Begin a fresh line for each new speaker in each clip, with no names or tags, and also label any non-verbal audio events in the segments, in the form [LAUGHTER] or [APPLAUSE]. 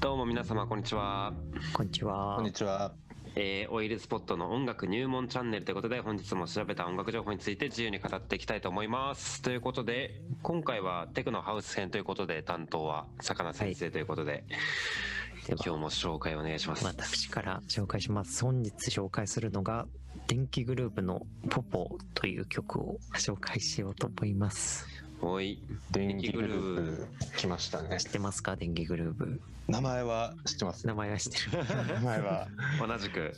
どうも皆様こんにちは、
こんにちは。
こんにちは。
えーオイルスポットの音楽入門チャンネルということで本日も調べた音楽情報について自由に語っていきたいと思いますということで今回はテクノハウス編ということで担当は魚先生ということで、
では
今日も紹介お願いします、
私から紹介します。本日紹介するのが、電気グループのポポという曲を紹介しようと思います。
おい
電気グループ来ましたね
知。ってますか電気グループ。
名前は知ってます。
名前は知ってる。
[LAUGHS]
[LAUGHS]
名前は。
同じく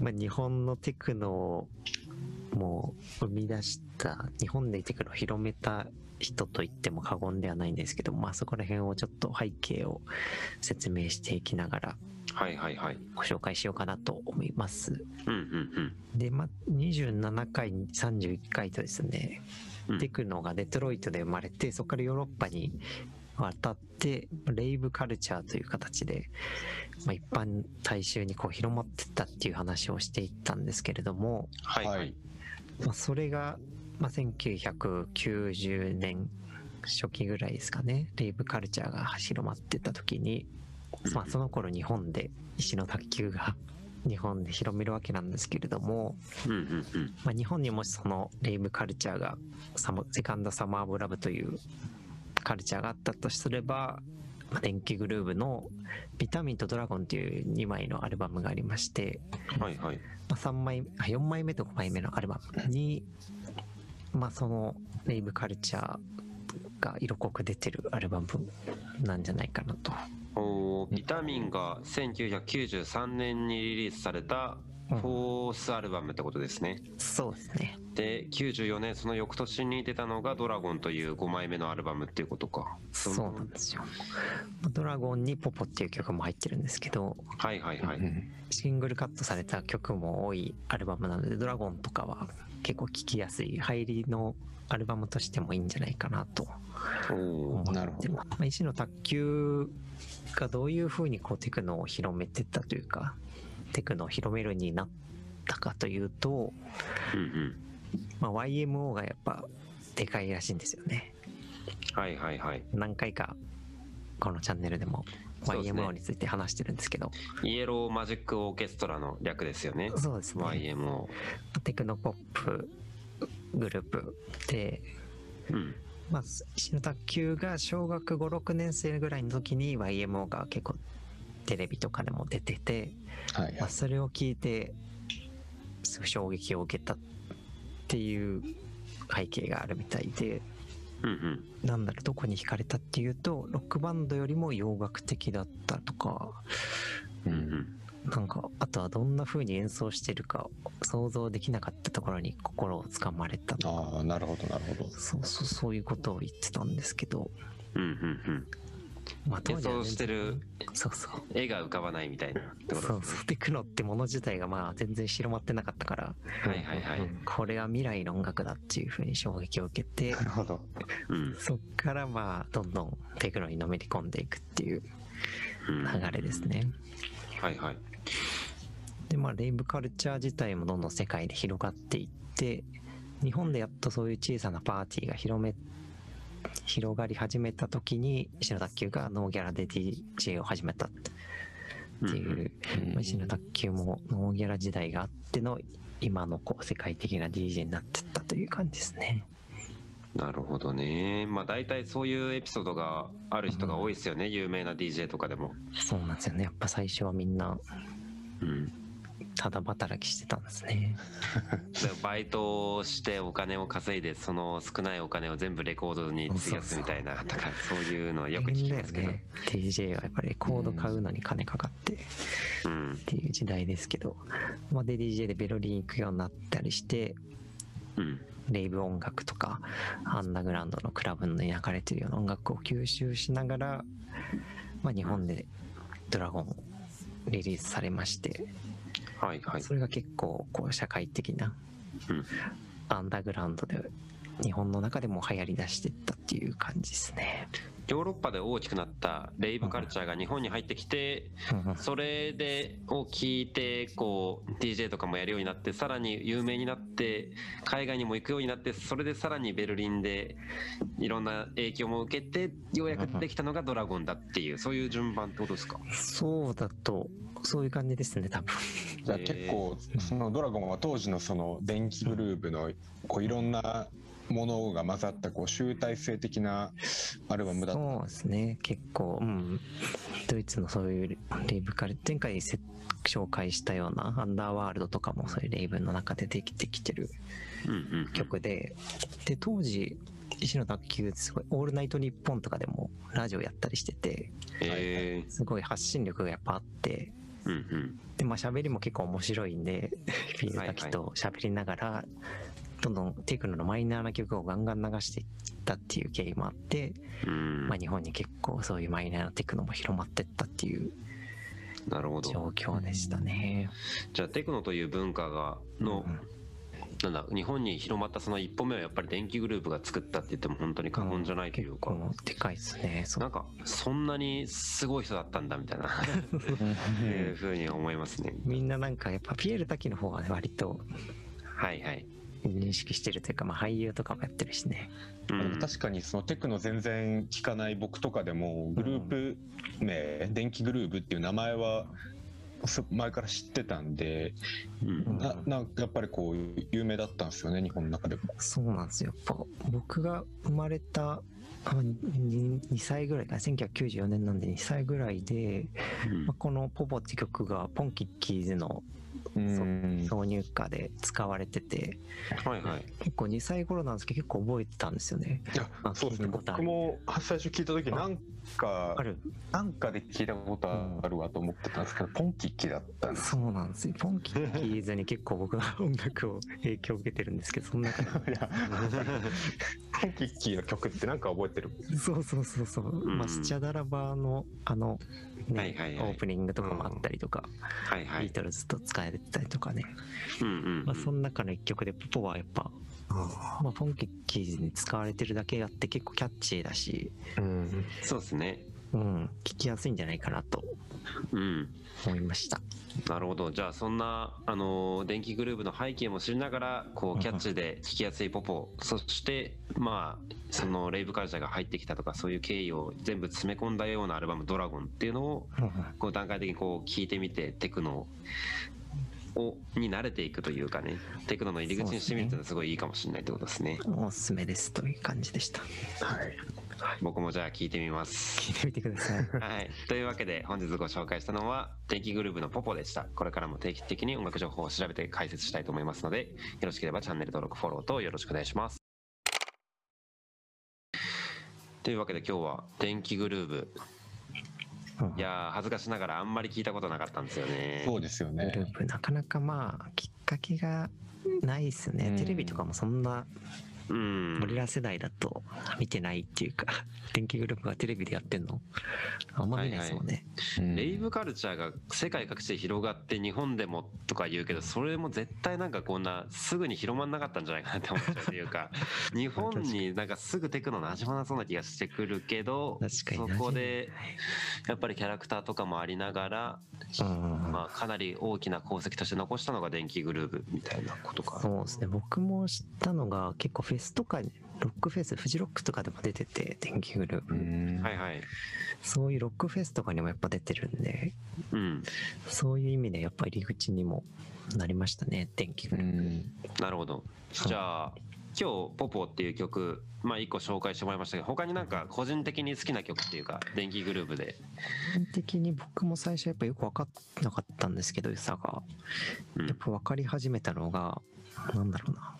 まあ、日本のテクノをもう生み出した、日本でテクノを広めた人と言っても過言ではないんですけど、まあそこら辺をちょっと背景を説明していきながら
はいはいはい
ご紹介しようかなと思います。
うんうん
で、まあ、27回、31回とですね、
うん
テクノがデトロイトで生まれて、そこからヨーロッパに渡って、レイブカルチャーという形で、まあ、一般大衆にこう広まってったっていう話をしていったんですけれども、
はいはい、
はい
まあ、それが、まあ、1990年初期ぐらいですかね、レイブカルチャーが広まってた時に、まあ、その頃日本で石の卓球が日本で広めるわけなんですけれども、
うんうんうん
まあ、日本にもしそのレイブカルチャーがサムセカンドサマーブラブというカルチャーがあったとすれば、まあ電気グルーヴの「ビタミンとドラゴン」という2枚のアルバムがありまして、
はいはい
まあ、3枚あ4枚目と5枚目のアルバムに、まあ、そのレイブカルチャーが色濃く出てるアルバムなんじゃないかなと。
おービタミンが1993年にリリースされたフォースアルバムってことですね、
そうですね。
で94年その翌年に出たのが「ドラゴン」という5枚目のアルバムっていうことか
そうなんですよ。まあドラゴンにポポっていう曲も入ってるんですけど、
はいはいはい、
シングルカットされた曲も多いアルバムなので、ドラゴンとかは結構聴きやすい、入りのアルバムとしてもいいんじゃないかなと
お
思
お
ってます。
なるほど
まあ、石野卓球がどういうふうにこうテクノを広めてったというか、テクノを広めるになったかというと、
うんうん
まあ、YMO がやっぱでかいらしいんですよね。
はいはいはい
何回かこのチャンネルでも
そうですね
YMO について話してるんですけど、
イエローマジックオーケストラの略ですよね
そうですね。
YMO
テクノポップグループで、
うん
まあ、石の卓球が小学5、6年生ぐらいの時に YMO が結構テレビとかでも出てて、
はい
まあ、。それを聞いてすごい衝撃を受けたっていう背景があるみたいで、
うんうん
なんだろう、どこに惹かれたっていうと、ロックバンドよりも洋楽的だったとか、
う
うん
ん
なんか、あとはどんな風に演奏してるか想像できなかったところに心をつかまれたとか
あ、あ、なるほど、なるほど。
そうそう、そういうことを言ってたんですけど、
うんうんうん
まあ、
うん演奏してる
そうそう。
絵が浮かばないみたいなって
そ
こと
うそ
ですね
う。テクノってもの自体がまあ全然広まってなかったから、
はいはいはい
うん
これは未来の音楽だっていうふうに衝撃を受けて
な、るほど。
うん
そっからまあ、どんどんテクノにのめり込んでいくっていう
うん
流れですね。
はいはい
で、まあ、レイブカルチャー自体もどんどん世界で広がっていって、日本でやっとそういう小さなパーティーが広め、広がり始めた時に、石野卓球がノーギャラで DJ を始めたっていう、
うんうん
まあ石野卓球もノーギャラ時代があっての今のこう世界的な DJ になってったという感じですね。
なるほどねまあ大体そういうエピソードがある人が多いですよね有名な DJ とかでも
そうなんですよね。やっぱ最初はみんな
うん
ただ働きしてたんですね。
だからバイトをしてお金を稼いでその少ないお金を全部レコードに費やすみたいなだからそういうのはよく聞きますけど、
大変だよね DJ はやっぱりレコード買うのに金かかってっ
うん
ていう時代ですけど、まあ、で DJ でベロリン行くようになったりして、
うん
レイブ音楽とかアンダーグラウンドのクラブの流れてるような音楽を吸収しながら、まあ、日本でドラゴンリリースされまして、
はいはい
それが結構こう社会的な
うん
アンダーグラウンドで日本の中でも流行り出してったっていう感じですね。
ヨーロッパで大きくなったレイブカルチャーが日本に入ってきて、
うんうん
それでを聞いてこう DJ とかもやるようになってさらに有名になって海外にも行くようになってそれでさらにベルリンでいろんな影響も受けてようやくできたのがドラゴンだっていうそういう順番ってことですか
そうだと、そういう感じですね、多分。
じゃあ結構そのドラゴンは当時のその電気グルーヴのこういろんなものが混ざったこう集大成的なアルバムだった
そうですね、結構、うん。ドイツのそういうレイブカル、前回せ紹介したようなアンダーワールドとかもそういうレイブの中でできてきてる
うんうん
曲で、で、当時、石野卓球すごい、オールナイトニッポンとかでもラジオやったりしてて、
えー
すごい発信力がやっぱあって、
うんうん
で、まあ喋りも結構面白いん
[LAUGHS]
で、フィーズ滝と喋りながら、どんどんテクノのマイナーな曲をガンガン流していったっていう経緯もあって、
うん
まあ、日本に結構そういうマイナーなテクノも広まってったっていう
なるほ
状
ど
況でしたね。
じゃあテクノという文化がの
うん
なんだ日本に広まったその一歩目はやっぱり電気グループが作ったって言っても本当に過言じゃないとい
結
うか、
構でかいですね。そ
なん
う
かそんなにすごい人だったんだみ
[LAUGHS]
たいないうふうに思いますね。
みんななんかやっぱピエール滝の方がね割と
はいはい。
認識してるというか、まあ、俳優とかもやってるしね。
う
でも
ん、
確かにそのテクノ全然聞かない僕とかでもグループ名、電気グルーブっていう名前はそ前から知ってたんで
うん
ななんかやっぱりこう有名だったんですよね日本の中でも
そうなんですよ。やっぱ僕が生まれたあ 2, 歳ぐらいかな1994年なんで2歳ぐらいで、まあこの「ポポ」って曲がポンキッキーズの
うん
挿入歌で使われてて
はいはい。
結構2歳頃なんですけど結構覚えてたんですよね。
いや
あ
そうです
聞
ね
いたことある
僕も最初聞いた時なんか
ある
なんかで聞いたことあるわと思ってたんですけどポンキッキだったんです
そうなんですよ。ポンキッキーズ
[LAUGHS]
に結構僕は音楽を影響を受けてるんですけど、そんな感
いやポンキッキーの曲ってなんか覚えてる [LAUGHS]
じ。そうそうそうそう。まあ、
うん
スチャダラバーのあの、ね
はいはいはい
オープニングとかもあったりとか、 [LAUGHS]
はいは
ビー
い。
トルズと使えてたりとかね。
うんうん
まあ、その中の一曲でポポはやっぱ、まあ、ポンキッキーズに使われてるだけあって結構キャッチーだし、
うん
そうですね。
うん、聞きやすいんじゃないかなと
うん。
思いました。
なるほど。じゃあそんな、あのー電気グループの背景も知りながら、こ
んう
う、
ん
キャッチで聞きやすいポポ、そして、まあ、そのレイブカルチャーが入ってきたとか、そういう経緯を全部詰め込んだようなアルバム、ドラゴンっていうのを、こう、段階的にこう、聞いてみて、テクノを、に慣れていくというかね、テクノの入り口にしてみるっていうのはすごいいいかもしれないってことですね。
おすすめですという感じでした。
はい
僕もじゃあ聞いてみます。
聞いてみてくださ
[LAUGHS]
い。
はい、というわけで本日ご紹介したのは定期グループのポポでしたこれからも定期的に音楽情報を調べて解説したいと思いますのでよろしければチャンネル登録フォローとよろしくお願いしますというわけで今日は電気グルーブ
うん
いやー恥ずかしながらあんまり聞いたことなかったんですよね
そうですよ
グル
ね
ープなかなかまあきっかけがないですね、
うん
テレビとかもそんな
うん
俺ら世代だと見てないっていうか [LAUGHS] 電気グループがテレビでやってんのあんま見ないですもんね、
レイブカルチャーが世界各地で広がって日本でもとか言うけどそれも絶対なんかこんなすぐに広まんなかったんじゃないかなって思っちゃうという
[LAUGHS]
か日本になんかすぐテクノなじまなそうな気がしてくるけど
確かに
そこでやっぱりキャラクターとかもありながら、
うん
まあ、かなり大きな功績として残したのが電気グループみたいなことか。
そうですね僕も知ったのが結構フェスとかにロックフェスフジロックとかでも出てて電気グループ、
うん
はいはい。
そういうロックフェスとかにもやっぱ出てるんで
うん。
そういう意味でやっぱ入り口にもなりましたね電気グループ、
なるほど。じゃあ、今日、ポポっていう曲、まあ、一個紹介してもらいましたけど、他になんか個人的に好きな曲っていうか、電気グループで。
基本的に僕も最初やっぱよく分かんなかったんですけど良さが
うん
やっぱ分かり始めたのがなんだろうな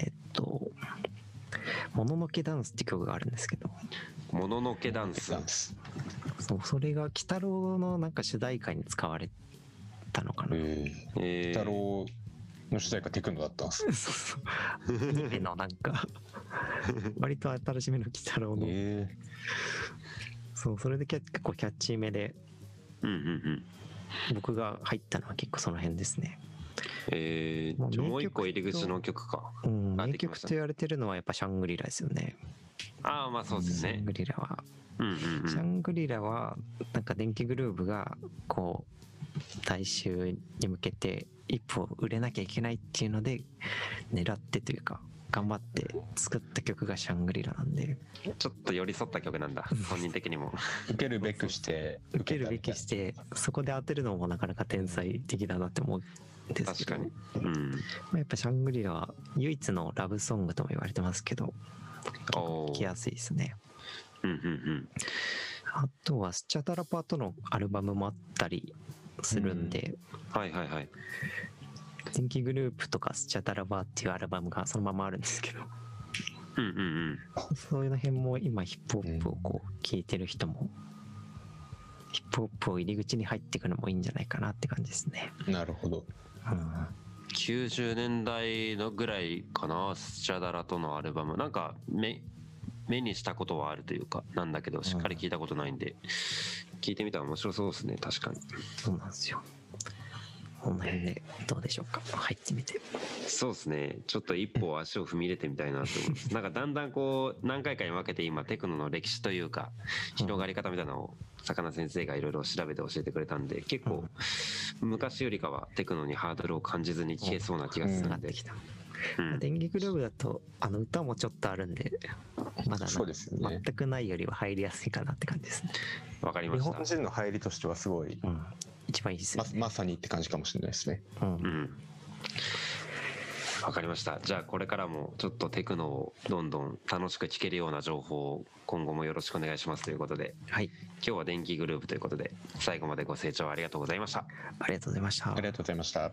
えっと「もののけダンス」って曲があるんですけど
もののけダンス。
ダンス
そうそれが鬼太郎のなんか主題歌に使われたのかな。
え
え
ー、
ー
太郎の主題歌テクノだったんです
そうそうアニメのなん [LAUGHS] か割と新しめの鬼太郎の
え
そうそれでキャ結構キャッチーめで
うんうんうん。
僕が入ったのは結構その辺ですね
えー、ちょ
まあ
もう一個
名
入
曲と
り口の曲か。
うん、
あ
名
できま
曲
し
と
た
言われてるのはやっぱシャングリラですよね。
ああ、まあそうです
シャ
ね
ン。グリラは。
うんうんう
シャ
ん。
ングリラは、なんか電気グルーヴが、こう、大衆に向けて一歩売れなきゃいけないっていうので、狙ってというか、頑張って作った曲がシャングリラなんで、
ちょっと寄り添った曲なんだ、本人的にも。
受けるべくして
受けるべき
し
して、そこで当てるのもなかなか天才的だなって思うんです
[LAUGHS] 確
けど
かに。うん。
まあやっぱシャングリラは唯一のラブソングとも言われてますけど、
お
聴き
ー
やすいですね。
うんうんうん。
あとはスチャダラパとのアルバムもあったりするんで、
はいはいはい。
電気グループとかスチャダラバっていうアルバムがそのままあるんですけ [LAUGHS] ど、
うんうんうん。
そういうの辺も今ヒップホップをこう聴いてる人も、ヒップホップを入り口に入っていくのもいいんじゃないかなって感じですね。
なるほど
うん、
90年代のぐらいかなスチャダラとのアルバムなんか目目にしたことはあるというかなんだけどしっかり聞いたことないんで、聞いてみたら面白そうですね確かに
そうなんですよ。この辺でどうでしょうか入ってみて。
そうですねちょっと一歩足を踏み入れてみたいなと思いますなんかだんだんこう何回かに分けて今テクノの歴史というか広がり方みたいなのを魚先生がいろいろ調べて教えてくれたんで結構昔よりかはテクノにハードルを感じずに聞けそうな気がす
上
る
が
ん
って
で
き、た。
うん、
電気グループだとあの歌もちょっとあるんで、まだな
そうですよね
全くないよりは入りやすいかなって感じですね。
わかりま
日
し
本
た
人の入りとしてはすごい
うん、一番いいですよ
ま
ね。
まさにって感じかもしれないですね
うん
うん。わかりました。じゃあこれからもちょっとテクノをどんどん楽しく聞けるような情報を今後もよろしくお願いしますということで、
はい、
今日は電気グループということで、最後までご清聴ありがとうございました。
ありがとうございました
あり。がとうございました